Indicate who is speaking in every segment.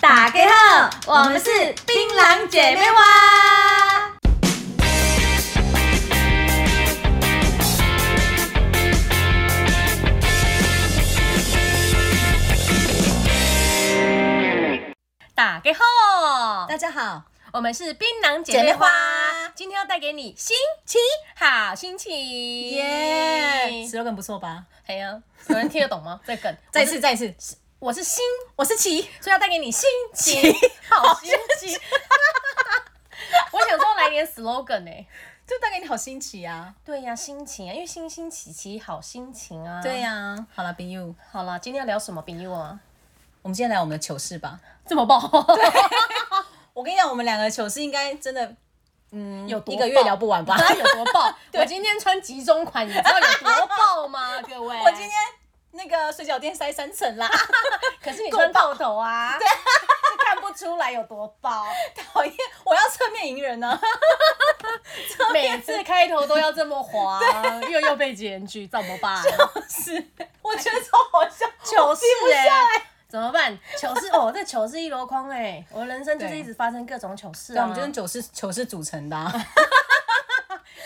Speaker 1: 打给后，我们是槟榔姐妹花。打给后，
Speaker 2: 大家好，
Speaker 1: 我们是槟榔姐妹花
Speaker 2: 姐妹花，
Speaker 1: 今天要带给你新
Speaker 2: 七
Speaker 1: 好心情。
Speaker 2: 耶，十六根不错吧？
Speaker 1: 哎呀，有人听得懂吗？ 这梗，
Speaker 2: 再一次，再一次，
Speaker 1: 我是新，
Speaker 2: 我是七，
Speaker 1: 所以要带给你新 奇，好新奇。我想说来点 slogan 呢、
Speaker 2: 就带给你好新奇啊！
Speaker 1: 对呀、心情啊，因为新新奇奇好心情啊。
Speaker 2: 对、呀，好了，Be you，
Speaker 1: 好啦，今天要聊什么比喻啊？
Speaker 2: 我们今天来我们的糗事吧。
Speaker 1: 这 么爆，
Speaker 2: 我跟你讲，我们两个糗事应该真的，嗯，
Speaker 1: 有多
Speaker 2: 一个月
Speaker 1: 爆
Speaker 2: 聊不完吧
Speaker 1: 知？道有多 爆？我今天穿集中款，你知道有多爆 吗？各位，
Speaker 2: 我今天那个水饺店塞三层 啦，啊
Speaker 1: 可是你穿爆头啊，对， 是看不出来有多 爆。
Speaker 2: 讨厌，我要侧面迎人啊 呢。
Speaker 1: 每次开头都要这么滑，又又被检举，怎么 办？
Speaker 2: 是，我觉得超好笑，
Speaker 1: 糗事
Speaker 2: 我记不下来。
Speaker 1: 怎么办？糗事哦，这糗事一箩筐哎，我的人生就是一直发生各种糗事
Speaker 2: 对，
Speaker 1: 啊。
Speaker 2: 我们就是糗事糗事组成的啊，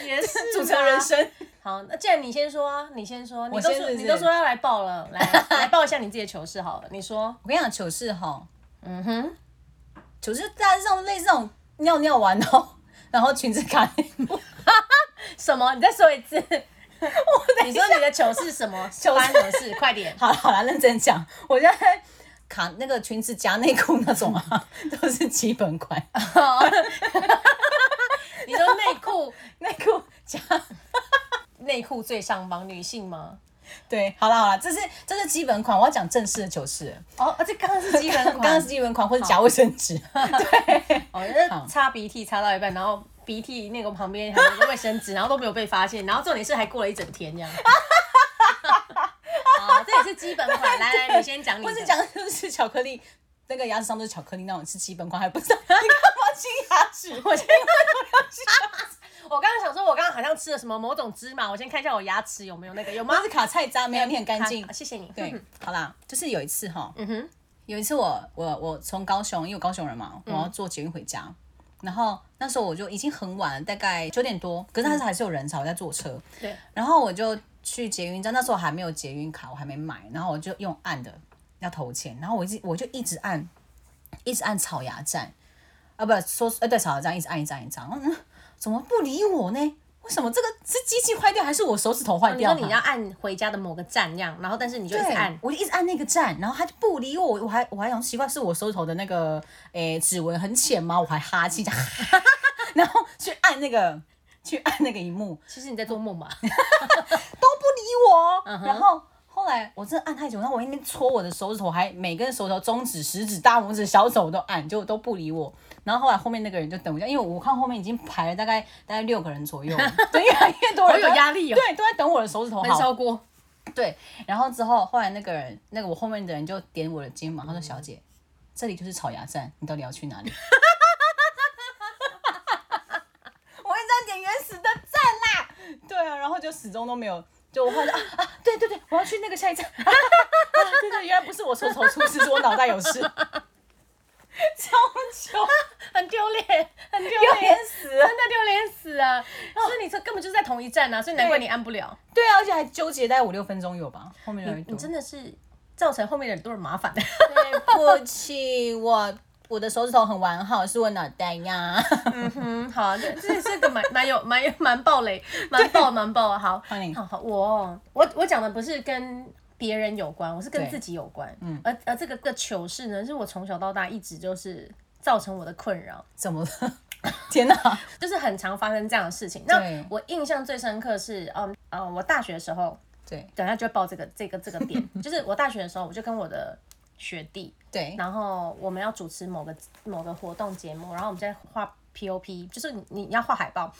Speaker 1: 也是
Speaker 2: 组成人。生。
Speaker 1: 好，那既然你先说啊，你先说，你
Speaker 2: 我
Speaker 1: 都
Speaker 2: 先
Speaker 1: 说
Speaker 2: 是不
Speaker 1: 你
Speaker 2: 是
Speaker 1: 都说要来报了，来 来报一下你自己的糗事好了。你说，
Speaker 2: 我跟你讲，糗事哈，
Speaker 1: 嗯哼，
Speaker 2: 糗事大家这种类似这种尿尿完哦，然后裙子卡 内幕。
Speaker 1: 什么？你再说 一次。你
Speaker 2: 我
Speaker 1: 说你的 糗事什么？
Speaker 2: 糗
Speaker 1: 发
Speaker 2: 事
Speaker 1: 生什么事？快点。
Speaker 2: 好了好了，认真讲，我现在卡那个裙子夹内裤那种啊， 都是基本款。
Speaker 1: 你说内裤
Speaker 2: 内裤夹，
Speaker 1: 内裤最上方女性吗？
Speaker 2: 对，好了好了，这是这是基本款，我要讲正式的糗事了。
Speaker 1: 哦，啊这刚刚是基本款，
Speaker 2: 刚刚是基本款，或者夹卫生纸。对，
Speaker 1: 哦，那擦鼻涕擦到一半，然后鼻涕那个旁边还有一个卫生纸，然后都没有被发现，然后重点是还过了一整天这 样。好，这也是基本款。 来来，你先讲你
Speaker 2: 不
Speaker 1: 的。
Speaker 2: 是讲就是巧克力，那个牙齿上都是巧克力那种，是基本款，还 不是？你干嘛亲牙齿？我
Speaker 1: 我刚刚想说，我刚刚好像吃了什么某种芝麻，我先看一下我牙齿有没有那个有吗
Speaker 2: 妈？是卡菜渣，没有，你很干净
Speaker 1: 啊。谢谢你。
Speaker 2: 对，好啦，就是有一次哈，
Speaker 1: 嗯哼，
Speaker 2: 有一次我我我从高雄，因为我高雄人嘛，
Speaker 1: 嗯
Speaker 2: 我要坐捷运回家，然后那时候我就已经很晚了，大概九点多，可是还是还是有人潮，我在坐车，
Speaker 1: 对，
Speaker 2: 然后我就去捷运站，那时候还没有捷运卡，我还没买，然后我就用按的要投钱，然后我一直我就一直按，一直按草芽站，啊不说呃对草芽站一直按一直按一直按，嗯，怎么不理我呢？为什么这个是机器坏掉还是我手指头坏
Speaker 1: 哦你
Speaker 2: 掉、
Speaker 1: 说
Speaker 2: 啊？
Speaker 1: 你要按回家的某个站这样，然后但是你就一直
Speaker 2: 对
Speaker 1: 按，
Speaker 2: 我就一直按那个站，然后他就不理我，我还我还想奇怪，是我手头的那个诶指纹很浅吗？我还哈气，这样 然后去按那个去按那个荧幕
Speaker 1: 其实你在做梦 吧？
Speaker 2: 都不理我，
Speaker 1: 嗯哼
Speaker 2: 然后。后来我真的按太久，然后我一边搓我的手指头，还每根手指头中指、食指、大拇指、小手我都按，就都不理我。然后后来后面那个人就等我一下，因为我看后面已经排了大概大概六个人左右 了，对，越来越多
Speaker 1: 好有
Speaker 2: 人，
Speaker 1: 压力哦，
Speaker 2: 对，都在等我的手指头
Speaker 1: 焚
Speaker 2: 好
Speaker 1: 烧锅。
Speaker 2: 对，然后之后后来那个人，那个我后面的人就点我的肩膀，他说：“小姐，这里就是草芽站，你到底要去哪里？” 我一直在点原始的站啦。对啊，然后就始终都没有，就我后来就啊啊，对对对，我要去那个下一站。 啊啊对对，原来不是我手头出事，是我脑袋有事。超久，
Speaker 1: 很丢脸，很丢
Speaker 2: 有哦
Speaker 1: 脸
Speaker 2: 点，死
Speaker 1: 真的丢脸死啊！所以你这根本就是在同一站啊，所以难怪
Speaker 2: 对
Speaker 1: 你按不了。
Speaker 2: 对啊，而且还纠结大概五六分钟有吧，后面有一
Speaker 1: 你
Speaker 2: 多。
Speaker 1: 真的是造成后面的很多人麻烦。
Speaker 2: 对不起，我我的手指头很完好，是我脑袋呀。
Speaker 1: 嗯，好，这这这个蛮蛮有蛮有蛮暴 雷，蛮爆蛮爆啊。好
Speaker 2: 欢迎，
Speaker 1: 好好，我我我讲的不是跟别人有关，我是跟
Speaker 2: 对
Speaker 1: 自己有关。嗯，而而这个个糗事呢，是我从小到大一直就是造成我的困扰。
Speaker 2: 怎么了？ 天哪！
Speaker 1: 就是很常发生这样的事情。那
Speaker 2: 对
Speaker 1: 我印象最深刻是，嗯呃，我大学的时候，
Speaker 2: 对
Speaker 1: 等一下就会报这个这个这个点， 就是我大学的时候，我就跟我的学弟，
Speaker 2: 对，
Speaker 1: 然后我们要主持某个某个活动节目，然后我们在画 POP，就是你你要画海报，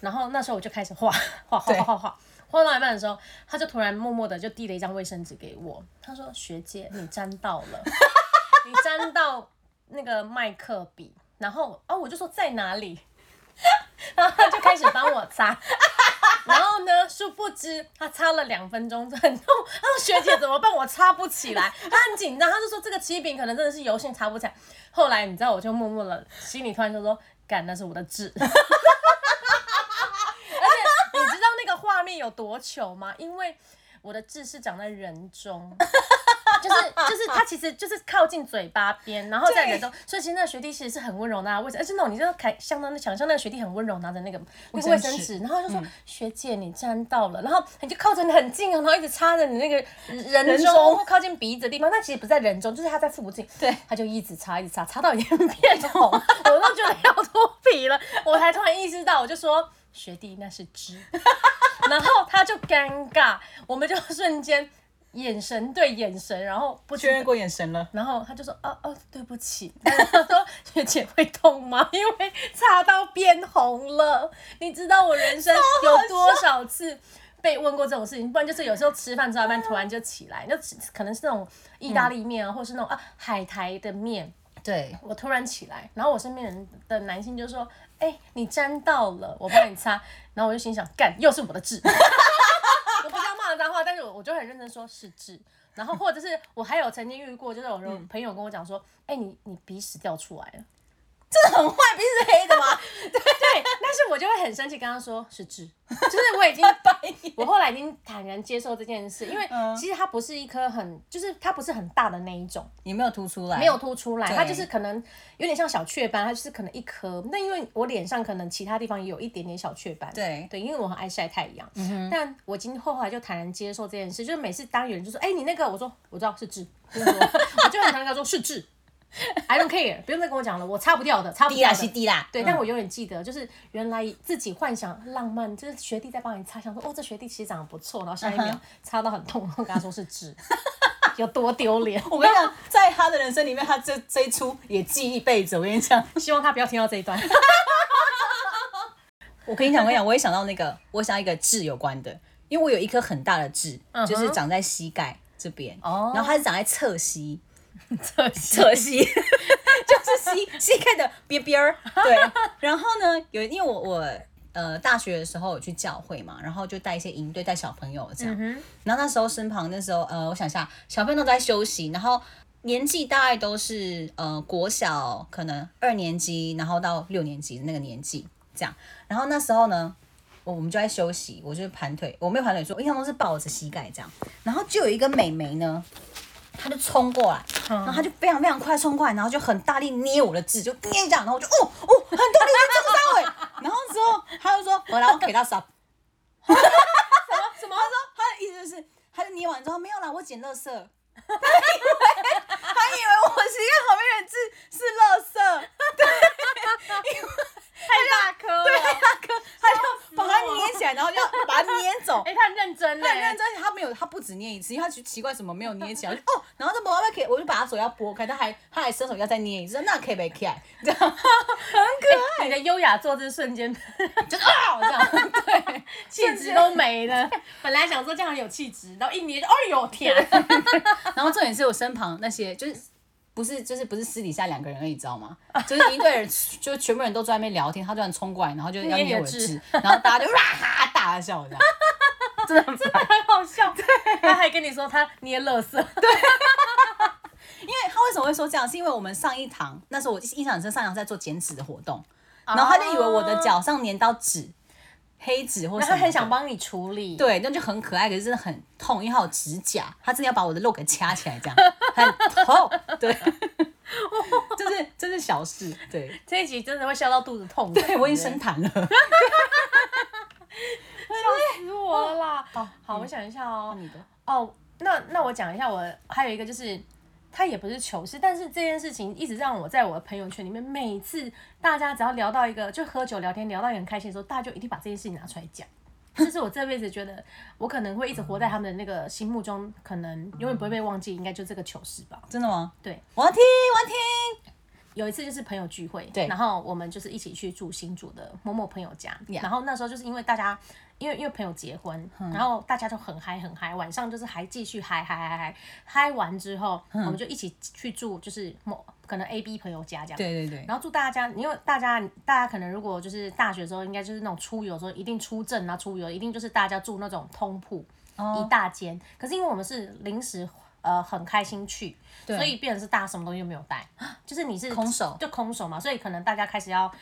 Speaker 1: 然后那时候我就开始画 画画
Speaker 2: 对
Speaker 1: 画画画。画到一半的时候，他就突然默默的就递了一张卫生纸给我，他说：“学姐，你沾到 了，你沾到那个麦克笔。” 然后哦，我就说在哪里，然后他就开始帮我擦， 然后呢，殊不知他擦了两分钟就很痛。他说：“学姐怎么办？我擦不起来。”他很紧张，他就说：“这个漆饼可能真的是油性擦不起来。”后来你知道，我就默默的心里突然就说：“干，那是我的痣。” 而且你知道那个画面有多糗吗？因为我的痣是长在人中。 就是就是它其实就是靠近嘴巴边，然后在人中，所以其实那个学弟其实是很温柔的、啊，为什而且那种你就开相当的想象那个学弟很温柔拿着那个那个卫生纸，然后就说、
Speaker 2: 嗯
Speaker 1: 学姐你沾到了，然后你就靠着你很近啊，然后一直擦着你那个人
Speaker 2: 人
Speaker 1: 中
Speaker 2: 中
Speaker 1: 或靠近鼻子的地方，但其实不在人中，就是他在附近，
Speaker 2: 对，
Speaker 1: 他就一直擦一直擦，擦到眼变红，我都觉得要脱皮了，我才突然意识到，我就说学弟那是痣。然后他就尴尬，我们就瞬间眼神对眼神，然后不知
Speaker 2: 确认过眼神了。
Speaker 1: 然后他就说：“哦哦，对不起。”他说：“学姐会痛吗？ 因为擦到变红了。你知道我人生有多少次被问过这种事情？不然就是有时候吃饭吃到一半突然就起来，那可能是那种意大利面啊，或是那种啊海苔的面。”
Speaker 2: 对，
Speaker 1: 我突然起来，然后我身边人的男性就说：“哎、你沾到了，我帮你擦。”然后我就心想：“干，又是我的 痣。”我不知道骂了脏话，但是我我就很认真说是痣。然后或者是我还有曾经遇过，就是有人朋友跟我讲说：“哎、你你鼻屎掉出来了。
Speaker 2: 这很坏，鼻子是黑的吗？”
Speaker 1: 对，但是我就会很生气，跟他说是痣，就是我已 经我后来已经坦然接受这件事，因为
Speaker 2: 嗯
Speaker 1: 其实它不是一颗很，就是它不是很大的那一种。
Speaker 2: 也没有凸出来，
Speaker 1: 没有凸出来，
Speaker 2: 对
Speaker 1: 它就是可能有点像小雀斑，它就是可能一颗。那因为我脸上可能其他地方也有一点点小雀斑，
Speaker 2: 对嗯
Speaker 1: 对，因为我很爱晒太阳。但我今后来就坦然接受这件事，就是每次当有人就说：“哎、你那个”，我说：“我知道是痣。” 我就很坦然跟他说：“是痣。”I don't care，不用再跟我讲了，我擦不掉的，擦不
Speaker 2: 滴啦
Speaker 1: 掉
Speaker 2: 西
Speaker 1: 的。
Speaker 2: 滴啦。
Speaker 1: 对，
Speaker 2: 嗯
Speaker 1: 但我永远记得，就是原来自己幻想浪漫，就是学弟在帮你擦，想说哦，这学弟其实长得不错，然后下一 秒擦到很痛，然后跟他说是痣，有多丢脸？
Speaker 2: 我跟你讲，在他的人生里面，他这这一出也记一辈子。我跟你讲，
Speaker 1: 希望他不要听到这一段。
Speaker 2: 我跟你讲，我跟你讲，我也想到那个，我想到一个痣有关的，因为我有一颗很大的痣，
Speaker 1: 嗯哼
Speaker 2: 就是长在膝盖这边，
Speaker 1: 哦
Speaker 2: 然后它是长在侧膝，
Speaker 1: 这这
Speaker 2: 侧膝 就是膝膝盖的边边儿。 对，然后呢，有因为我我呃大学的时候有去教会嘛，然后就带一些营队带小朋友这样，然后那时候身旁那时候呃，我想一下，小朋友都在休息，然后年纪大概都是呃国小可能二年级，然后到六年级的那个年纪这样。然后那时候呢，我我们就在休息，我就盘腿，我没有盘腿坐，印象中是抱着膝盖这样。然后就有一个美眉呢，她就冲过来，
Speaker 1: 嗯
Speaker 2: 然后她就非常非常快冲过来，然后就很大力捏我的痣，就捏这样，然后我就哦哦，很多力在中伤哎。然后之后她就说，我来我给她扫。
Speaker 1: 什么？
Speaker 2: 他的意思就是，他就捏完之后没有啦，我捡垃圾。他以为他以为我膝盖旁边的痣是垃圾，
Speaker 1: 太大颗了。对，
Speaker 2: 他就把它捏起来，然后就要把它捏走。
Speaker 1: 哎，他很认真
Speaker 2: 他很认
Speaker 1: 嘞。
Speaker 2: 真，他没有，他不止捏一次，因为他觉得奇怪什么没有捏起来，我就哦，然后这妈妈可以，我就把他手要拨开，他还他还伸手要再捏一次，那可以不可以？这样很可
Speaker 1: 哎你的优雅坐姿瞬间
Speaker 2: 爱， 就是啊这样， 对，
Speaker 1: 气质都没了。本来想说这样很有气质，然后一捏就，哎呦 天！
Speaker 2: 然后重点是我身旁那些就是不是就是不是私底下两个人而已，你知道吗？就是一队人，就全部人都在那边聊天，他突然冲过来，然后就要
Speaker 1: 捏你
Speaker 2: 捏
Speaker 1: 的
Speaker 2: 我的
Speaker 1: 痣
Speaker 2: 痣，然后大家就哇 哈大笑这样，真的很烦。
Speaker 1: 很好笑。他还跟你说他捏乐色，
Speaker 2: 因为他为什么会说这样，是因为我们上一堂那时候我印象很深，上一堂在做剪纸的活动， 然后他就以为我的脚上粘到纸。黑纸或
Speaker 1: 然
Speaker 2: 什
Speaker 1: 后哦
Speaker 2: 么，
Speaker 1: 很想帮你处理。，
Speaker 2: 对，那就很可爱，可是真的很痛，因为它有指甲，它真的要把我的肉给掐起来，这样很痛。对， 这是这是小事， 对，
Speaker 1: 这一集真的会笑到肚子痛。
Speaker 2: 对我已经生痰了。
Speaker 1: 笑死我了啦。
Speaker 2: 哦
Speaker 1: 好，我想一下哦。
Speaker 2: 你的
Speaker 1: 哦，那那我讲一下我，还有一个就是，他也不是糗事，但是这件事情一直让我在我的朋友圈里面，每次大家只要聊到一个就喝酒聊天聊到也很开心的时候，大家就一定把这件事情拿出来讲。这是我这辈子觉得我可能会一直活在他们的那个心目中，可能永远不会被忘记，应该就这个糗事吧。
Speaker 2: 真的吗？
Speaker 1: 对，
Speaker 2: 我要听，我要听。
Speaker 1: 有一次就是朋友聚会，
Speaker 2: 对
Speaker 1: 然后我们就是一起去住新竹的某某朋友家
Speaker 2: Yeah 嗯
Speaker 1: 然后那时候就是因为大家，因为因为朋友结婚，然后大家就很嗨很嗨，晚
Speaker 2: 嗯
Speaker 1: 上就是还继续嗨嗨嗨嗨，嗨完之后、我们就一起去住就是某可能 A、B 朋友家这样。
Speaker 2: 对对对，
Speaker 1: 然后祝大家，因为大家大家可能如果就是大学的时候，应该就是那种出游的时候一定出镇啊，出游一定就是大家住那种通铺、一大间。可是因为我们是临时呃很开心去，
Speaker 2: 对
Speaker 1: 所以变成是大家什么东西都没有带， 就是你是
Speaker 2: 空手
Speaker 1: 就空手嘛，所以可能大家开始要。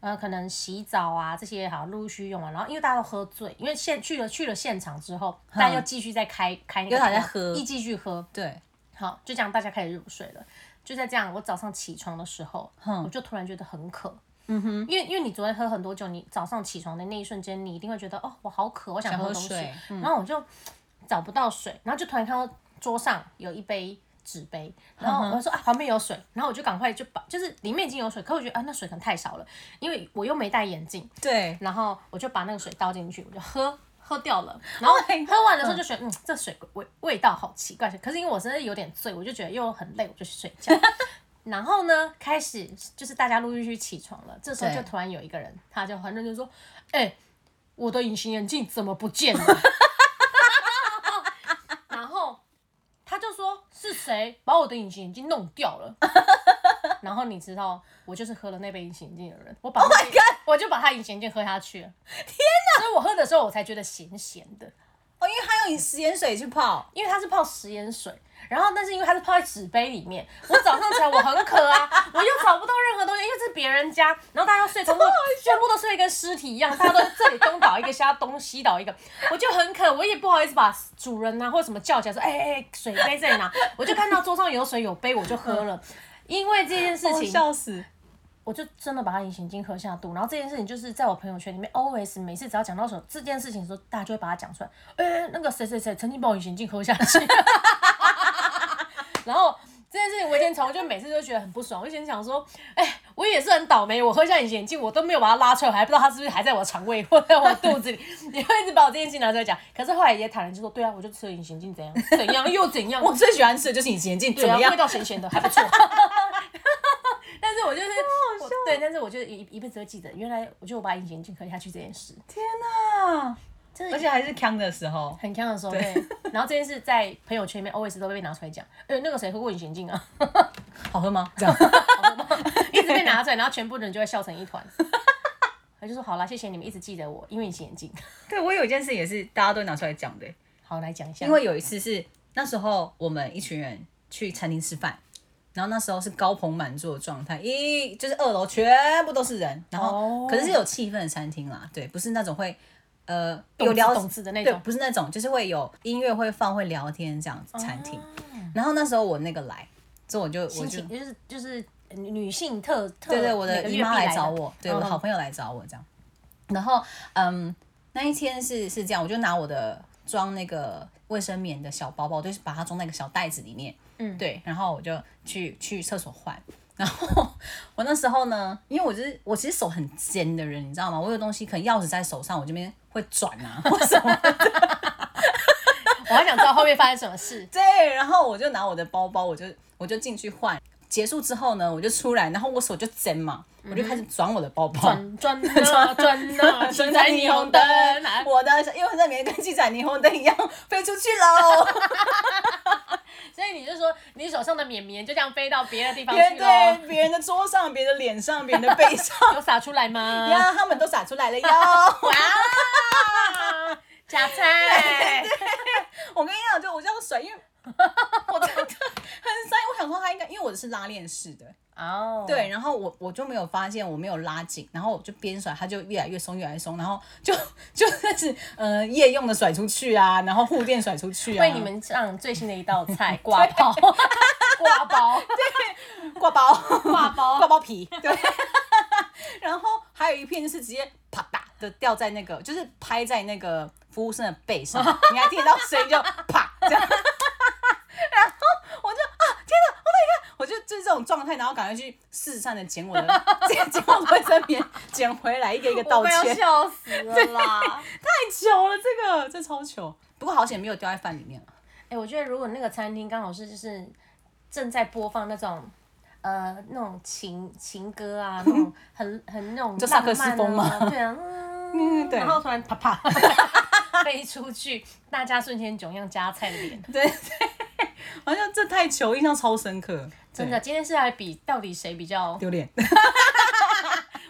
Speaker 1: 呃，可能洗澡啊这些好陆续用完，然后因为大家都喝醉，因为现去了去了现场之后，大家又继续再开开那个
Speaker 2: 又
Speaker 1: 车，
Speaker 2: 还在喝
Speaker 1: 一继续喝，
Speaker 2: 对，
Speaker 1: 好，就这样大家开始入睡了。就在这样，我早上起床的时候，我就突然觉得很渴。嗯哼，因为因为你昨天喝很多酒，你早上起床的那一瞬间，你一定会觉得哦，我好渴，我想
Speaker 2: 想
Speaker 1: 喝嗯
Speaker 2: 喝
Speaker 1: 东西
Speaker 2: 水。
Speaker 1: 然后我就找不到水，然后就突然看到桌上有一杯纸杯，然后我就说啊旁边有水，然后我就赶快就把就是里面已经有水，可我觉得啊那水可能太少了，因为我又没戴眼镜，
Speaker 2: 对，
Speaker 1: 然后我就把那个水倒进去，我就喝。喝掉了，然后
Speaker 2: Oh my God
Speaker 1: 喝完的时候就觉得，嗯，这水味味道好奇怪。可是因为我真的有点醉，我就觉得又很累，我就去睡 觉。然后呢，开始就是大家陆续去起床了。这时候
Speaker 2: 对
Speaker 1: 就突然有一个人，他就很认真说：“哎、我的隐形眼镜怎么不见了？”然后他就说：“是谁把我的隐形眼镜弄掉了？”然后你知道，我就是喝了那杯隐形眼镜的人，我把、那
Speaker 2: my
Speaker 1: 杯我就把他隐形眼镜喝下去了。Oh 天哪！所以我喝的时候，我才觉得咸咸的，
Speaker 2: 哦，因为还有食盐水去泡，
Speaker 1: 因为它是泡食盐水，然后但是因为它是泡在纸杯里面，我早上起来我很渴啊， 我又找不到任何东西，因为这是别人家，然后大家睡全部全部都睡得跟尸体一样，大家都这里东倒一个，下东西倒一个， 我就很渴，我也不好意思把主人呐、啊、或什么叫起来说，哎、哎、哎水杯在哪？我就看到桌上有水有杯，我就喝了。因为这件事
Speaker 2: 哦
Speaker 1: 情，
Speaker 2: 笑死，
Speaker 1: 我就真的把他隐形镜喝下肚，然后这件事情就是在我朋友圈里面，always 每次只要讲到什么这件事情的时候，大家就会把它讲出来。哎、那个谁谁谁曾经把我隐形镜喝下去， 然后这件事情我以前从就每次都觉得很不爽，我以前想说，哎、我也是很倒霉，我喝下隐形镜，我都没有把它拉出来，我还不知道它是不是还在我肠胃或在我肚子里， 你会一直把我这件事情拿出来讲。可是后来也坦然就说，对啊，我就吃了隐形镜，怎样怎样又怎样，
Speaker 2: 我最喜欢吃的就是隐形眼镜，怎
Speaker 1: 对啊
Speaker 2: 么，样
Speaker 1: 味？道咸咸的，还不错。 但是我就是，我对，但是我就一一辈子都记得，原来我就把隐形眼镜喝下去这件事，
Speaker 2: 天哪！
Speaker 1: 真的
Speaker 2: 而且还是呛的时候，
Speaker 1: 很呛的时候，对。然后这件事在朋友圈里面 always 都被拿出来讲，哎、那个谁喝过隐形眼镜啊，
Speaker 2: 好 喝吗？这样
Speaker 1: 一直被拿出来，然后全部人就会笑成一团。我就说好啦，谢谢你们一直记得我，因为隐形眼镜。
Speaker 2: 对我有一件事也是大家都拿出来讲的，
Speaker 1: 好，来讲一下，
Speaker 2: 因为有一次是那时候我们一群人去餐厅吃饭，然后那时候是高朋满座的状态，一就是二楼全部都是人，然后、
Speaker 1: 哦
Speaker 2: 可是是有气氛的餐厅啦，对，不是那种会呃
Speaker 1: 动
Speaker 2: 有
Speaker 1: 次
Speaker 2: 聊
Speaker 1: 动次的那
Speaker 2: 对
Speaker 1: 种，
Speaker 2: 不是那种，就是会有音乐会放会聊天这样子餐厅。然后那时候我那个来，所以我就我
Speaker 1: 哦心
Speaker 2: 就
Speaker 1: 情就是就是女女性特特
Speaker 2: 对对，我
Speaker 1: 每
Speaker 2: 的
Speaker 1: 个
Speaker 2: 姨
Speaker 1: 月
Speaker 2: 妈
Speaker 1: 必
Speaker 2: 来
Speaker 1: 的
Speaker 2: 找我，对我的
Speaker 1: 嗯
Speaker 2: 好朋友来找我这样。然后嗯，那一天是是这样，我就拿我的装那个卫生棉的小包包，我就是把它装在一个小袋子里面，
Speaker 1: 嗯
Speaker 2: 对，然后我就去去厕所换。然后我那时候呢，因为我就是我其实手很尖的人，你知道吗？我有东西可能钥匙在手上，我这边会转啊，或什么。
Speaker 1: 我还想知道后面发生什么事
Speaker 2: 对，然后我就拿我的包包，我就我就进去换。结束之后呢，我就出来，然后我手就尖嘛，我就开始转我的包包，
Speaker 1: 嗯转转呐转 呐，
Speaker 2: 身
Speaker 1: 七
Speaker 2: 在
Speaker 1: 彩
Speaker 2: 霓
Speaker 1: 霓
Speaker 2: 虹
Speaker 1: 虹
Speaker 2: 灯
Speaker 1: 灯，，
Speaker 2: 我的因为那棉跟七彩霓虹灯一样飞出去喽。
Speaker 1: 所以你就说你手上的绵绵就这样飞到别的地方
Speaker 2: 别人
Speaker 1: 去了，
Speaker 2: 对别人的桌上、别人的脸上、别人的背上
Speaker 1: 有洒出来吗？
Speaker 2: 呀，他们都洒出来了哟。
Speaker 1: 哇，假菜，
Speaker 2: 我跟你讲，就我这样甩，因为我真的很塞。我想说他应该，因为我的是拉链式的，
Speaker 1: 哦，
Speaker 2: 对，，然后我我就没有发现，我没有拉紧，然后我就边甩，它就越来越松，越来越松，然后就 就开始呃夜用的甩出去啊，然后护垫甩出去啊，
Speaker 1: 为你们上最新的一道 菜挂包，挂包，
Speaker 2: 挂包
Speaker 1: 挂包
Speaker 2: 挂包皮，对，然后还有一片就是直接啪嗒的掉在那个，就是拍在那个服务生的背上，你还听得到声音就啪这样，然 后我就啊天哪，Oh my god！我就就是这种状态，然后赶快去四散的捡我的捡 捡我卫生棉，捡回来一个一个 道
Speaker 1: 我要
Speaker 2: 歉，
Speaker 1: 笑死了啦！
Speaker 2: 太糗了，这个这超糗。不过好险没有掉在饭里面了，
Speaker 1: 哎、我觉得如果那个餐厅刚好是就是正在播放那种。呃，那种情情歌啊，那 种很很那种
Speaker 2: 就萨克斯
Speaker 1: 浪漫啊
Speaker 2: 风吗
Speaker 1: 对啊，嗯，
Speaker 2: 嗯对
Speaker 1: 然后突然啪 啪飞出去，大家瞬间囧样加菜的脸，
Speaker 2: 对对， 好像这太糗，印象超深刻，
Speaker 1: 真的，今天是来比到底谁比较
Speaker 2: 对丢脸。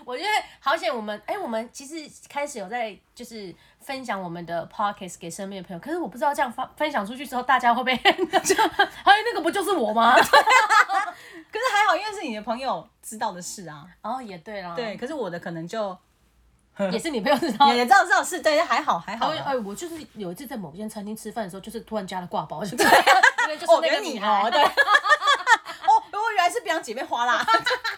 Speaker 1: 我觉得好险，我们哎、我们其实开始有在就是分享我们的 podcast 给身边的朋友，可是我不知道这样发分享出去之后，大家会不会 就哎那个不就是我 吗？
Speaker 2: 可是还好，因为是你的朋友知道的事啊。
Speaker 1: 哦，也对啦，
Speaker 2: 对，，可是我的可能就
Speaker 1: 也是你朋友知 道
Speaker 2: 也。也知道知道是对，还好还
Speaker 1: 然
Speaker 2: 好
Speaker 1: 后
Speaker 2: 啦。
Speaker 1: 哎，我就是有一次在某间餐厅吃饭的时候，就是突然加了挂包， 就是因为就是
Speaker 2: 哦，
Speaker 1: 那
Speaker 2: 原
Speaker 1: 个
Speaker 2: 来你
Speaker 1: 女
Speaker 2: 哦
Speaker 1: 孩，，
Speaker 2: 对。 哦，我原来是表姐妹 花啦，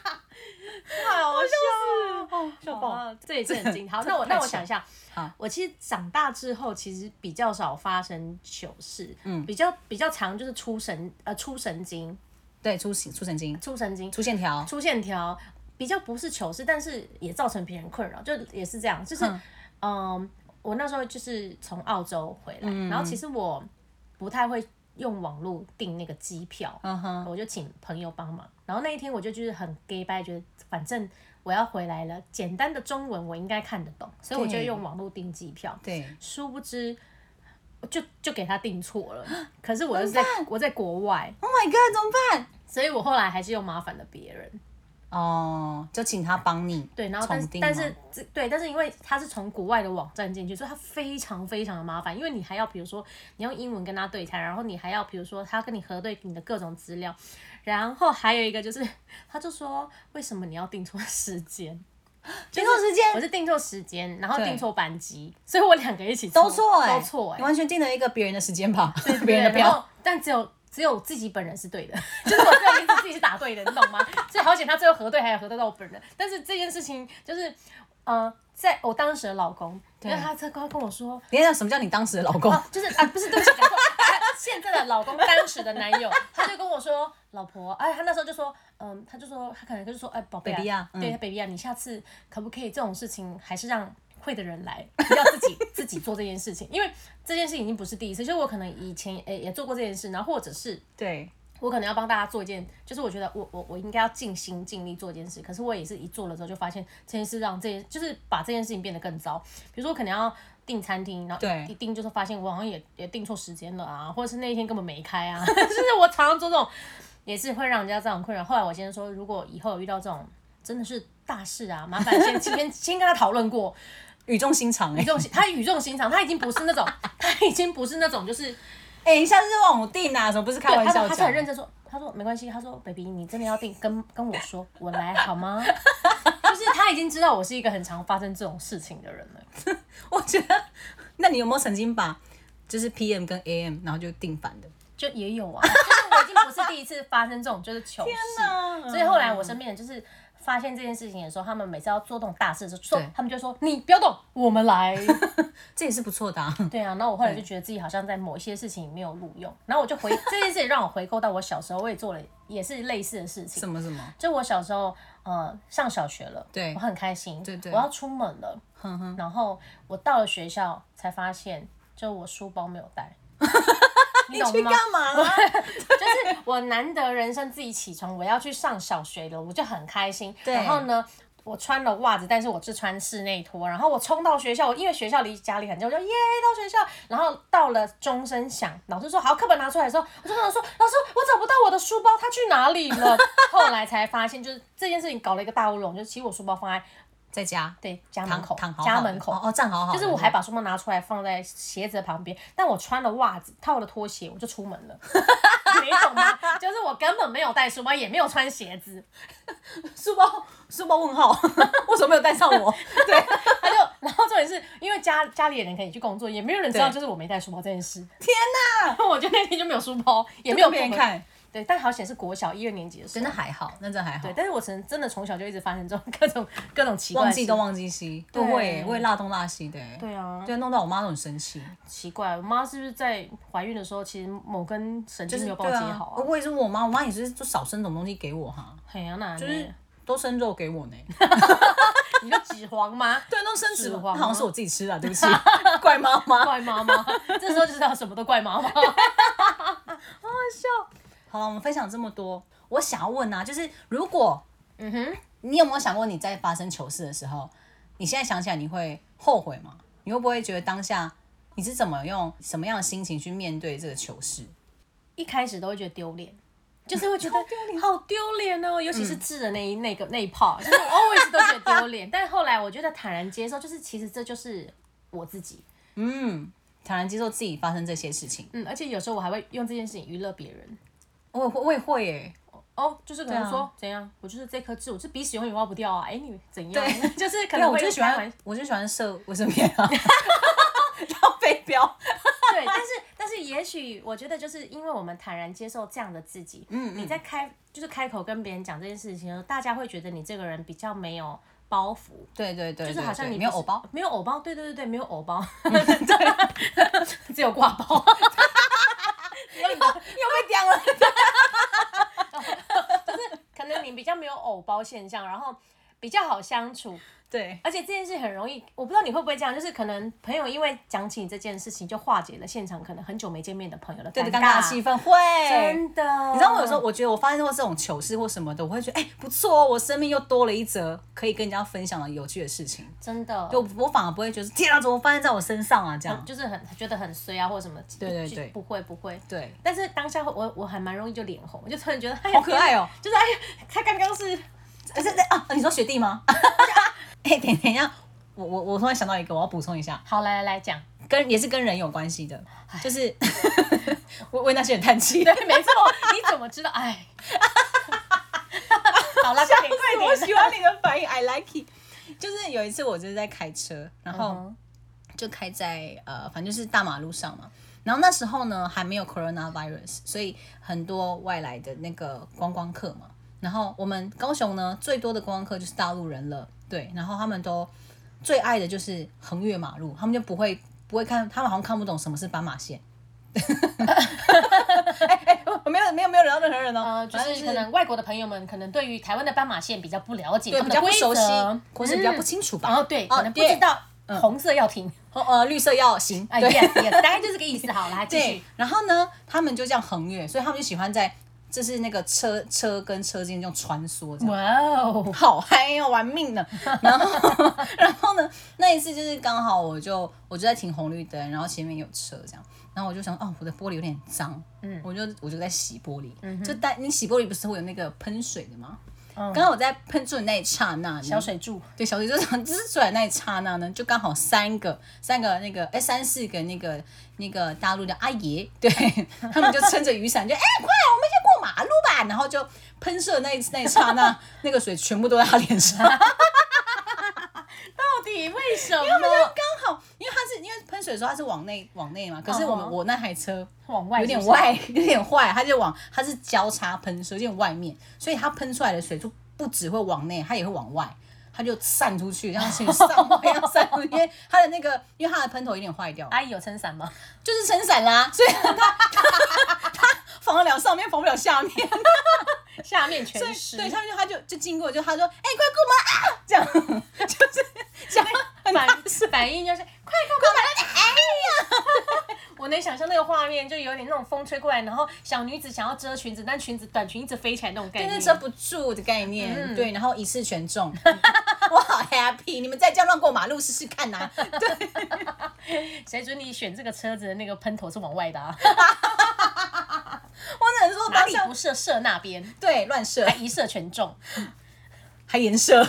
Speaker 1: 好 笑
Speaker 2: 哦，笑爆
Speaker 1: 啊！这也是很惊。好，
Speaker 2: 这
Speaker 1: 那我
Speaker 2: 太
Speaker 1: 那我
Speaker 2: 糗
Speaker 1: 想一下
Speaker 2: 好，
Speaker 1: 我其实长大之后，其实比较少发生糗事，嗯，比较比较常就是出神呃出神经，
Speaker 2: 对，出神出神经，
Speaker 1: 出神经
Speaker 2: 出线条，
Speaker 1: 出线条，比较不是糗事，但是也造成别人困扰，就也是这样，就是嗯、我那时候就是从澳洲回来，
Speaker 2: 嗯
Speaker 1: 然后其实我不太会用网络订那个机票，
Speaker 2: 嗯哼，
Speaker 1: 我就请朋友帮忙。然后那一天我就就是很 gay 拜，觉得反正我要回来了，简单的中文我应该看得懂，所以我就
Speaker 2: 对
Speaker 1: 用网络订机票。
Speaker 2: 对，
Speaker 1: 殊不知，我就就给他订错了。 可是我又是在我在国外，
Speaker 2: Oh my god，怎么办？
Speaker 1: 所以我后来还是又麻烦了别人。
Speaker 2: 哦，就请他帮你
Speaker 1: 对，然后但
Speaker 2: 重
Speaker 1: 是
Speaker 2: 定吗，
Speaker 1: 但是这对，但是因为他是从国外的网站进去，所以他非常非常的麻烦，因为你还要比如说你用英文跟他对谈，然后你还要比如说他跟你核对你的各种资料，然后还有一个就是他就说为什么你要定错时间？
Speaker 2: 订错时间
Speaker 1: 我是订错时间，然后
Speaker 2: 对
Speaker 1: 订错班机，所以我两个一起
Speaker 2: 都错哎，
Speaker 1: 都错哎、
Speaker 2: 你完全定了一个别人的时间吧，别
Speaker 1: 对，
Speaker 2: 人的
Speaker 1: 然
Speaker 2: 票。
Speaker 1: 后但只有只有我自己本人是对的， 就是我这个名字自己是打对的，你懂吗？所以好险他最后核对还有核对到我本人，但是这件事情就是呃，在我当时的老公，因为他在跟他跟我说。
Speaker 2: 你看什么叫你当时的老公？
Speaker 1: 哦，就是啊，不是对不起，讲错，啊现在的老公当时的男友，他就跟我说，老婆，哎，他那时候就说，嗯，他就说，他可能就是说，哎，宝贝
Speaker 2: Baby 啊嗯
Speaker 1: 对，baby 啊，你下次可不可以这种事情还是让会的人来，不要自己自己做这件事情，因为这件事已经不是第一次，就是我可能以前也也做过这件事，然后或者是
Speaker 2: 对，
Speaker 1: 我可能要帮大家做一件，就是我觉得我我我应该要尽心尽力做一件事，可是我也是一做了之后就发现这件事让这件就是把这件事情变得更糟。比如说我可能要订餐厅，然
Speaker 2: 对
Speaker 1: 后一订就是发现我好像也也订错时间了啊，或者是那一天根本没开啊， 就是我常常做这种，也是会让人家这种困扰。后来我先生说，如果以后有遇到这种真的是大事啊，麻烦先先先跟他讨论过，
Speaker 2: 语重心长哎
Speaker 1: 语、重心他语重心长，他已经不是那种他已经不是那种就是。
Speaker 2: 哎，你下次让我定啊，怎么不是开玩
Speaker 1: 对，他
Speaker 2: 笑
Speaker 1: 说他是
Speaker 2: 讲
Speaker 1: 很？认真说，他说没关系，他说 baby 你真的要定跟跟我说，我来好吗？ 就是他已经知道我是一个很常发生这种事情的人了。
Speaker 2: 我觉得，那你有没有曾经把就是 PM 跟 AM 然后就定反的？
Speaker 1: 就也有 啊，就是我已经不是第一次发生这种就是糗
Speaker 2: 哪
Speaker 1: 事，所以后来我身边人就是发现这件事情的时候，他们每次要做这种大事的时候，说
Speaker 2: 对
Speaker 1: 他们就说你不要动，我们 来。
Speaker 2: 这也是不错的、啊。
Speaker 1: 对啊，然后我后来就觉得自己好像在某一些事情没有录用，然后我就回这件事情让我回扣到我小时候，我也做了也是类似的事情。
Speaker 2: 什么什么？
Speaker 1: 就我小时候，呃，上小学了，
Speaker 2: 对
Speaker 1: 我很开心，
Speaker 2: 对对
Speaker 1: 我要出门了，然后我到了学校才发现，就我书包没有带， 你懂吗？
Speaker 2: 嘛啦？
Speaker 1: 就是我难得人生自己起床，我要去上小学了，我就很开心。
Speaker 2: 对
Speaker 1: 然后呢，我穿了袜子，但是我只穿室内拖。然后我冲到学校，我因为学校离家里很近，我就耶到学校。然后到了钟声响，老师说好，课本拿出来的时候，我就跟他说，老师，我找不到我的书包，它去哪里了？ 后来才发现，就是这件事情搞了一个大乌龙，就是其实我书包放在
Speaker 2: 在家
Speaker 1: 对家门
Speaker 2: 躺
Speaker 1: 口
Speaker 2: 躺好好的，
Speaker 1: 家门口
Speaker 2: 哦哦，站好好的，
Speaker 1: 就是我还把书包拿出来放在鞋子的旁边，但我穿了袜子，套了拖鞋，我就出门 了。你懂吗？就是我根本没有带书包，也没有穿鞋子，
Speaker 2: 书包书包 问号，为什么没有带上我？对，
Speaker 1: 他就，然后重点是因为家家里的人可以去工作，也没有人知道
Speaker 2: 对
Speaker 1: 就是我没带书包这件事。
Speaker 2: 天哪，
Speaker 1: 我就那天就没有书包，也 没
Speaker 2: 没
Speaker 1: 有
Speaker 2: 有别人
Speaker 1: 课本。
Speaker 2: 看，
Speaker 1: 对，但好险是国小一二年级的时
Speaker 2: 真
Speaker 1: 候。
Speaker 2: 的还好，那真的还好
Speaker 1: 对，。但是我曾真的从小就一直发生这种各种各种奇怪
Speaker 2: 忘
Speaker 1: 的事。
Speaker 2: 记东忘记西，
Speaker 1: 对
Speaker 2: 我也我也落东落西的、欸，
Speaker 1: 对啊，
Speaker 2: 对，弄到我妈都很生气，
Speaker 1: 奇怪，我妈是不是在怀孕的时候，其实某根神经没有帮我
Speaker 2: 对
Speaker 1: 接
Speaker 2: 啊
Speaker 1: 好啊？
Speaker 2: 我也是问我妈，我妈也是就少生什么东西给我哈，
Speaker 1: 哎呀，那就
Speaker 2: 就是都生肉 给我呢，
Speaker 1: 你就指黄吗？
Speaker 2: 对，都生脂
Speaker 1: 脂
Speaker 2: 肪，
Speaker 1: 肪吗
Speaker 2: 好像是我自己吃的，啊对 不起，怪妈妈。
Speaker 1: 怪妈 妈，这时候就是要什么都怪妈妈。
Speaker 2: 好了，我们分享这么多，我想要问啊，就是如果
Speaker 1: 嗯哼，
Speaker 2: 你有没有想过，你在发生糗事的时候，你现在想起来你会后悔吗？你会不会觉得当下你是怎么用什么样的心情去面对这个糗事？
Speaker 1: 一开始都会觉得丢脸，就是会觉得好丢脸哦，尤其是治的那一、那个那一 part，就是我 always 都觉得丢脸。但后来我觉得坦然接受，就是其实这就是我自己，
Speaker 2: 坦然接受自己发生这些事情。
Speaker 1: 嗯，而且有时候我还会用这件事情娱乐别人。
Speaker 2: 我也会，我也会耶。
Speaker 1: 哦，就是可能说、怎
Speaker 2: 对啊
Speaker 1: 样，我就是这颗痣，我这鼻屎永远挖不掉啊！哎、你怎样？
Speaker 2: 对
Speaker 1: 就是可
Speaker 2: 对啊，
Speaker 1: 能
Speaker 2: 我
Speaker 1: 会
Speaker 2: 就喜欢
Speaker 1: 玩，
Speaker 2: 我就喜欢射卫生棉啊， 要飞镖。
Speaker 1: 对，但是但是也许我觉得就是因为我们坦然接受这样的自己，嗯你在开就是开口跟别人讲这件事情的时候，大家会觉得你这个人比较没有包袱，
Speaker 2: 对对对，
Speaker 1: 就是好像
Speaker 2: 对对
Speaker 1: 你
Speaker 2: 没有
Speaker 1: 不是
Speaker 2: 偶包，，
Speaker 1: 没有偶包，对对对对，没有偶 包， 对，只有挂包。只有你的
Speaker 2: 又被叼了。
Speaker 1: 可能你比较没有偶包现象，然后比较好相处，
Speaker 2: 对，
Speaker 1: 而且这件事很容易，我不知道你会不会这样，就是可能朋友因为讲起这件事情，就化解了现场可能很久没见面的朋友的
Speaker 2: 对
Speaker 1: 尴
Speaker 2: 着尴尬的气氛会。
Speaker 1: 真的，
Speaker 2: 你知道我有时候我觉得我发生过这种糗事或什么的，我会觉得哎、不错哦，我生命又多了一则可以跟人家分享的有趣的事情。
Speaker 1: 真的
Speaker 2: 就我反而不会觉得天啊，怎么发生在我身上啊这样。
Speaker 1: 哦就是很觉得很衰啊，或者什么，
Speaker 2: 对对
Speaker 1: 就
Speaker 2: 对
Speaker 1: 不会不会。
Speaker 2: 对，
Speaker 1: 但是当下我我还蛮容易就脸红，我就突然觉得哎呀
Speaker 2: 好可爱哦、
Speaker 1: 就是哎呀，他刚刚是
Speaker 2: 可是啊，你说学弟吗？ 哎、等等一下，我我我突然想到一个，我要补充一下，
Speaker 1: 好来来来讲，
Speaker 2: 跟也是跟人有关系的，就是 为为那些人叹 气。
Speaker 1: 对，没错，你怎么知道？ 哎，好了，快点快点，
Speaker 2: 我喜欢你的反应，I like it。就是有一次我就是在开车，然后。
Speaker 1: 嗯
Speaker 2: 就开在呃，反正就是大马路上嘛。然后那时候呢，还没有 coronavirus，所以很多外来的那个观光客嘛。然后我们高雄呢，最多的观光客就是大陆人了，对。然后他们都最爱的就是横越马路，他们就不会不会看，他们好像看不懂什么是斑马线。 哎哎、我没有没有没有惹到任何人哦，
Speaker 1: 呃，就
Speaker 2: 反正
Speaker 1: 是可能外国的朋友们可能对于台湾的斑马线比较不了解，
Speaker 2: 对
Speaker 1: 他
Speaker 2: 比
Speaker 1: 们的
Speaker 2: 较不
Speaker 1: 规
Speaker 2: 熟悉
Speaker 1: 则，嗯
Speaker 2: 或是比较不清楚吧。
Speaker 1: 然后对，
Speaker 2: 哦
Speaker 1: 可能不
Speaker 2: 对
Speaker 1: 知道红色要停，
Speaker 2: 哦呃，绿色要行，
Speaker 1: 啊
Speaker 2: 对
Speaker 1: yes yes，大概就是这个意思。好，来继
Speaker 2: 对
Speaker 1: 续，，
Speaker 2: 然后呢，他们就这样横越，所以他们就喜欢在就是那个车车跟车之间这样穿梭，这样
Speaker 1: 哇哦，
Speaker 2: 嗯好嗨哦，玩命呢。 然后 然后呢，那一次就是刚好我就我就在停红绿灯，然后前面有车这样，然后我就想哦，我的玻璃有点脏，嗯，我就我就在洗玻璃，就带你洗玻璃不是会有那个喷水的吗？
Speaker 1: 嗯
Speaker 2: 刚好我在喷出的那一刹那呢，
Speaker 1: 小水柱，
Speaker 2: 对，小水就从滋出来那一刹那呢，就刚好三个三个那个哎三四个那个那个大陆的阿爷，对他们就撑着雨伞就哎、快，我们先过马路吧，然后就喷射那一那一刹那，那个水全部都在他脸上，
Speaker 1: 到底为什
Speaker 2: 他们就
Speaker 1: 么
Speaker 2: 刚好，因为他是因为喷水的时候他是往内往内嘛，可是我们、
Speaker 1: 嗯哼
Speaker 2: 我那台车
Speaker 1: 往外
Speaker 2: 有点
Speaker 1: 是不是？
Speaker 2: 外， 有点坏，它就往它是交叉喷射，有点外面，所以它喷出来的水就不只会往内，它也会往外，它就散出去，像水 散花一样散出去，因为它的那个，因为它的喷头有点坏掉，
Speaker 1: 阿姨有撑伞吗？
Speaker 2: 就是撑伞啦， 所以它它防得了上面，防不了下面，
Speaker 1: 下面全
Speaker 2: 所以
Speaker 1: 湿，
Speaker 2: 对，他们就他就就经过，就他说，哎、快过门啊，这样 就是讲很大
Speaker 1: 反反应就是快快快！
Speaker 2: 哎
Speaker 1: 我能想象那个画面，就有点那种风吹过来，然后小女子想要遮裙子，但裙子短裙一直飞起来那种概
Speaker 2: 对，那
Speaker 1: 念。嗯
Speaker 2: 遮不住的概念，对，然后一次全中， 我好 happy！你们再这样乱过马路试试看呐、啊
Speaker 1: 谁准你选这个车子的那个喷头是往外的啊？
Speaker 2: 我只能说
Speaker 1: 哪
Speaker 2: 当
Speaker 1: 里
Speaker 2: 下
Speaker 1: 不射射那边，
Speaker 2: 对乱射
Speaker 1: 还一射全 中，
Speaker 2: 哎还颜射，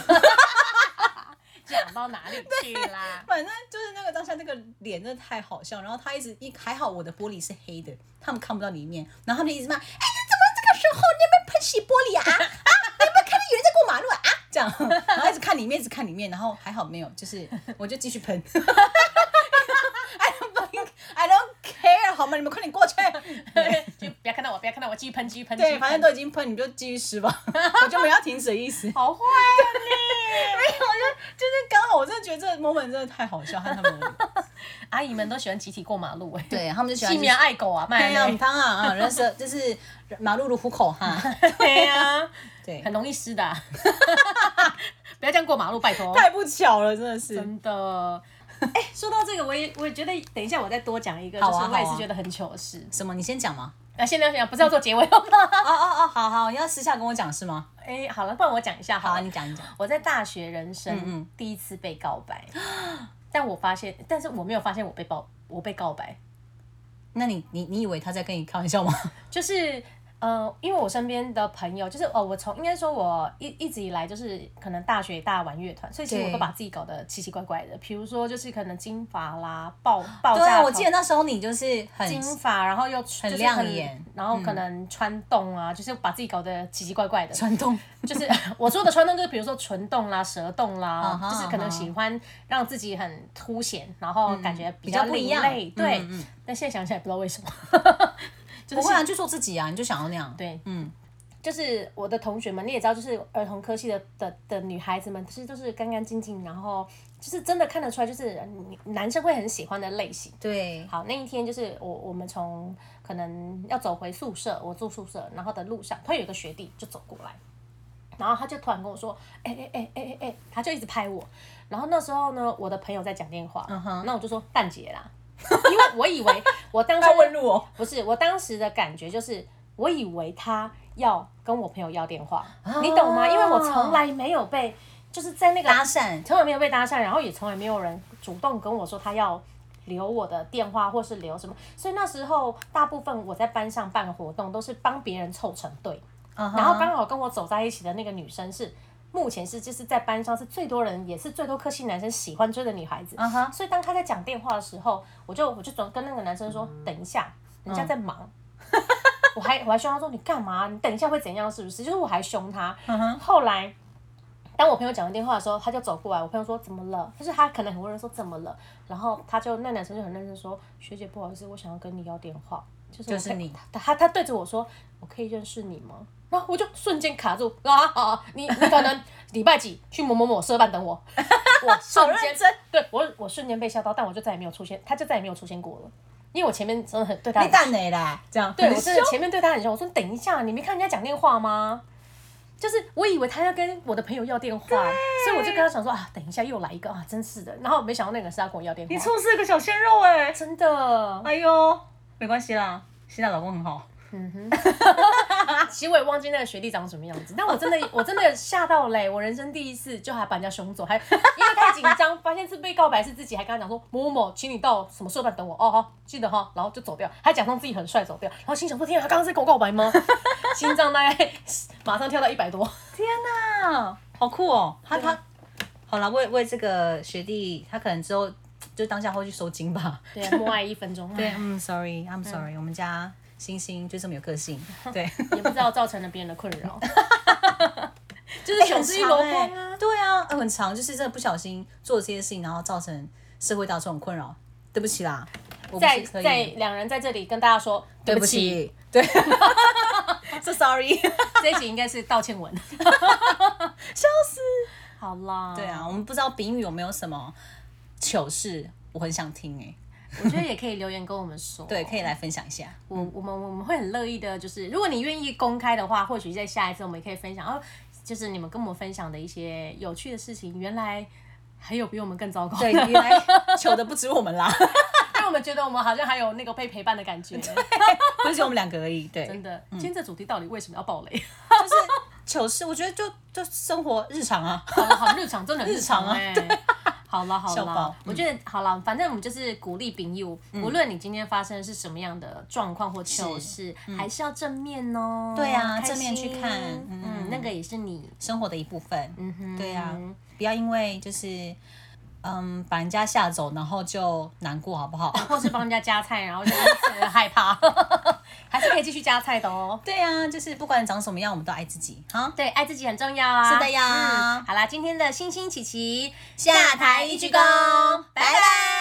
Speaker 1: 讲到哪里去 啦？
Speaker 2: 反正就是那个当下那个脸真的太好笑。然后他一直一还好我的玻璃是黑的，他们看不到里面，然后他们就一直骂：“哎，你怎么这个时候你有没有喷洗玻璃啊？啊， 你有没有看到有人在过马路啊？”啊这样， 然后一直看里面，一直看里面，然后还好没有，就是我就继续喷。I don't think- I don't care，好吗？你们快点过去。
Speaker 1: 就不要看到我，不要看到我，继续喷，继续喷，继
Speaker 2: 对，
Speaker 1: 续
Speaker 2: 反正
Speaker 1: 喷。
Speaker 2: 都已经喷，你们就继续湿吧， 我就没有要停止的意思。
Speaker 1: 好坏啊
Speaker 2: 没有， 就就是刚好，我真的觉得这个 moment 真的太好笑，和他们的
Speaker 1: 啊！ 阿姨们都喜欢集体过马路哎、欸，
Speaker 2: 对他们就喜欢
Speaker 1: 细
Speaker 2: 就
Speaker 1: 苗爱狗啊，卖
Speaker 2: 哎呀，
Speaker 1: 呀，
Speaker 2: 当然 啊，人是就是马路如虎口哈，
Speaker 1: 对呀，
Speaker 2: 对，
Speaker 1: 很容易湿的、啊， 不要这样过马路，拜托。
Speaker 2: 太不巧了，真的是。
Speaker 1: 真的。哎、说到这个，我也我也觉得，等一下我再多讲一个，
Speaker 2: 好啊
Speaker 1: 就是我也
Speaker 2: 好啊
Speaker 1: 是觉得很糗的事。
Speaker 2: 什么？你先讲嘛。
Speaker 1: 那、现在想不是要做结尾 了吗？
Speaker 2: 哦哦哦，好好，你要私下跟我讲是吗？
Speaker 1: 哎、好了，不然我讲一下
Speaker 2: 好
Speaker 1: 好
Speaker 2: 啊，
Speaker 1: 了。
Speaker 2: 你讲你讲。
Speaker 1: 我在大学人生
Speaker 2: 嗯嗯
Speaker 1: 第一次被 告白，但我发现，但是我没有发现我被告我被告白，
Speaker 2: 那你你你以为他在跟你开玩 笑吗？
Speaker 1: 就是呃，因为我身边的朋友，就是哦，我从应该说我一一直以来就是可能大学大玩乐团，所以其实
Speaker 2: 对
Speaker 1: 我都把自己搞得奇奇怪怪的，比如说就是可能金发啦、爆爆
Speaker 2: 对
Speaker 1: 炸
Speaker 2: 啊，
Speaker 1: 头，
Speaker 2: 我记得那时候你就是很
Speaker 1: 金发，然后又很
Speaker 2: 亮眼嗯
Speaker 1: 然后可能穿洞啊，就是把自己搞得奇奇怪怪的，
Speaker 2: 传 统，
Speaker 1: 就是 我说的穿洞，就是比如说唇洞啦、舌洞啦
Speaker 2: 嗯哼
Speaker 1: 就是可能喜欢让自己很凸显，然后感觉比
Speaker 2: 嗯比较不
Speaker 1: 另
Speaker 2: 一样
Speaker 1: 类。
Speaker 2: 嗯
Speaker 1: 对、
Speaker 2: 嗯
Speaker 1: 但现在想起来不知道为什 么，就
Speaker 2: 不
Speaker 1: 是
Speaker 2: 会啊，就做自己啊，你就想要那样。
Speaker 1: 对，
Speaker 2: 嗯，
Speaker 1: 就是我的同学们，你也知道，就是儿童科系的的的女孩子们，其实都是干干净净，然后就是真的看得出来，就是嗯男生会很喜欢的类型。
Speaker 2: 对，
Speaker 1: 好，那一天就是我我们从可能要走回宿舍，我住宿舍，然后的路上，突然有一个学弟就走过来，然后他就突然跟我说，哎哎哎哎哎哎，他就一直拍我，然后那时候呢，我的朋友在讲电话，那我就说蛋姐啦，因为我以为我当时
Speaker 2: 路哦。
Speaker 1: 不是我当时的感觉就是，我以为他要跟我朋友要电话，你懂吗？因为我从来没有被就是在那个
Speaker 2: 搭讪，
Speaker 1: 从来没有被搭讪，然后也从来没有人主动跟我说他要留我的电话或是留什么，所以那时候大部分我在班上办活动都是帮别人凑成队，
Speaker 2: 然
Speaker 1: 然后刚好跟我走在一起的那个女生是。目前是就是在班上是最多人，也是最多科系男生喜欢追的女孩子。
Speaker 2: 嗯哼
Speaker 1: 所以当她在讲电话的时候，我就我就总跟那个男生说：“等一下，人家
Speaker 2: 嗯
Speaker 1: 在忙。 我还我还凶他说：“你干嘛？你等一下会怎样？是不是？”就是我还凶他。
Speaker 2: 嗯
Speaker 1: 后来当我朋友讲完电话的时候，他就走过来，我朋友说怎么了？就是他可能很温柔地说怎么了，然后他就那男生就很认真说，学姐不好意思，我想要跟你要电话，就是我
Speaker 2: 就是
Speaker 1: 可以
Speaker 2: 你
Speaker 1: 他他他对着我说，我可以认识你吗？然后我就瞬间卡住，啊啊啊！你你可能礼拜几去某某某社办等我， 我瞬
Speaker 2: 好
Speaker 1: 间
Speaker 2: 认真
Speaker 1: 对我我瞬间被吓到，但我就再也没有出现，他就再也没有出现过了，因为我前面真的很对他
Speaker 2: 你
Speaker 1: 很
Speaker 2: 蛋你啦，这样
Speaker 1: 对
Speaker 2: 很
Speaker 1: 我真的前面对他很凶，我说等一下，你没看人家讲电话吗？就是我以为他要跟我的朋友要电话，所以我就跟他想说啊，等一下又来一个啊，真是的。然后没想到那个人是要跟我要电话，
Speaker 2: 错失个小鲜肉哎、
Speaker 1: 真的。
Speaker 2: 哎呦，没关系啦，现在老公很好。
Speaker 1: 其实我也忘记那个学弟长什么样子，但我真的我真的吓到嘞、我人生第一次就还把人家凶走，还因为太紧张，发现是被告白是自己，还跟他讲说某某某，请你到什么社办等我哦，好记得哈，然后就走掉，还假装自己很帅走掉，然后心想说天啊，他刚刚是跟我告白吗？心脏大概 马上跳到一百多。
Speaker 2: 天哪、好酷哦！他
Speaker 1: 对啊
Speaker 2: 他，好了，为为这个学弟，他可能之后就当下会去收金吧。
Speaker 1: 对，啊默哀一分钟。
Speaker 2: 对，，嗯，sorry，I'm sorry，、我们家星星就这么有个 性。对。
Speaker 1: 也不知道造成了别人的困 扰，就是
Speaker 2: 欸
Speaker 1: 雄
Speaker 2: 很
Speaker 1: 之一
Speaker 2: 长
Speaker 1: 箩
Speaker 2: 欸
Speaker 1: 筐啊。
Speaker 2: 对啊，呃很长，就是真的不小心做这些事情，然后造成社会大众困扰。对不起啦，我不
Speaker 1: 在
Speaker 2: 是刻意
Speaker 1: 在两人在这里跟大家说
Speaker 2: 对
Speaker 1: 不
Speaker 2: 不
Speaker 1: 起，
Speaker 2: 起，对，so sorry，
Speaker 1: 这一集应该是道歉文。
Speaker 2: 笑死。
Speaker 1: 好啦，
Speaker 2: 对啊，我们不知道比喻有没有什么糗事，我很想听哎、
Speaker 1: 我觉得也可以留言跟我们说。
Speaker 2: 对，可以来分享一下。
Speaker 1: 我我们我们会很乐意的，就是如果你愿意公开的话，或许在下一次我们也可以分享，哦，就是你们跟我们分享的一些有趣的事情，原来还有比我们更糟糕，
Speaker 2: 对，原来糗的不止我们啦，
Speaker 1: 因为我们觉得我们好像还有那个被陪伴的感觉，
Speaker 2: 不是只有我们两个而已。对，
Speaker 1: 真的。今天这主题到底为什么要爆雷？
Speaker 2: 就是糗事，我觉得就就生活日常啊。
Speaker 1: 好了，好日常，真的很常哎、 好了好
Speaker 2: 笑爆嗯
Speaker 1: 了，我觉得好了，反正我们就是鼓励朋友，无论你今天发生的是什么样的状况或糗事，还是要正面哦。
Speaker 2: 嗯对啊
Speaker 1: 开心
Speaker 2: 正面去看嗯
Speaker 1: 嗯，那个也是你。
Speaker 2: 生活的一部分。嗯
Speaker 1: 哼
Speaker 2: 对啊，不要因为就是嗯把人家吓走，然后就难过，好不 好？
Speaker 1: 或是帮人家夹菜，然后就因此而害 怕，还是可以继续夹菜的哦。
Speaker 2: 对啊，就是不管长什么样，我们都爱自己。好，
Speaker 1: 对，爱自己很重要啊。
Speaker 2: 是的呀
Speaker 1: 嗯好啦，今天的星星琪琪
Speaker 2: 下台一鞠躬，拜拜。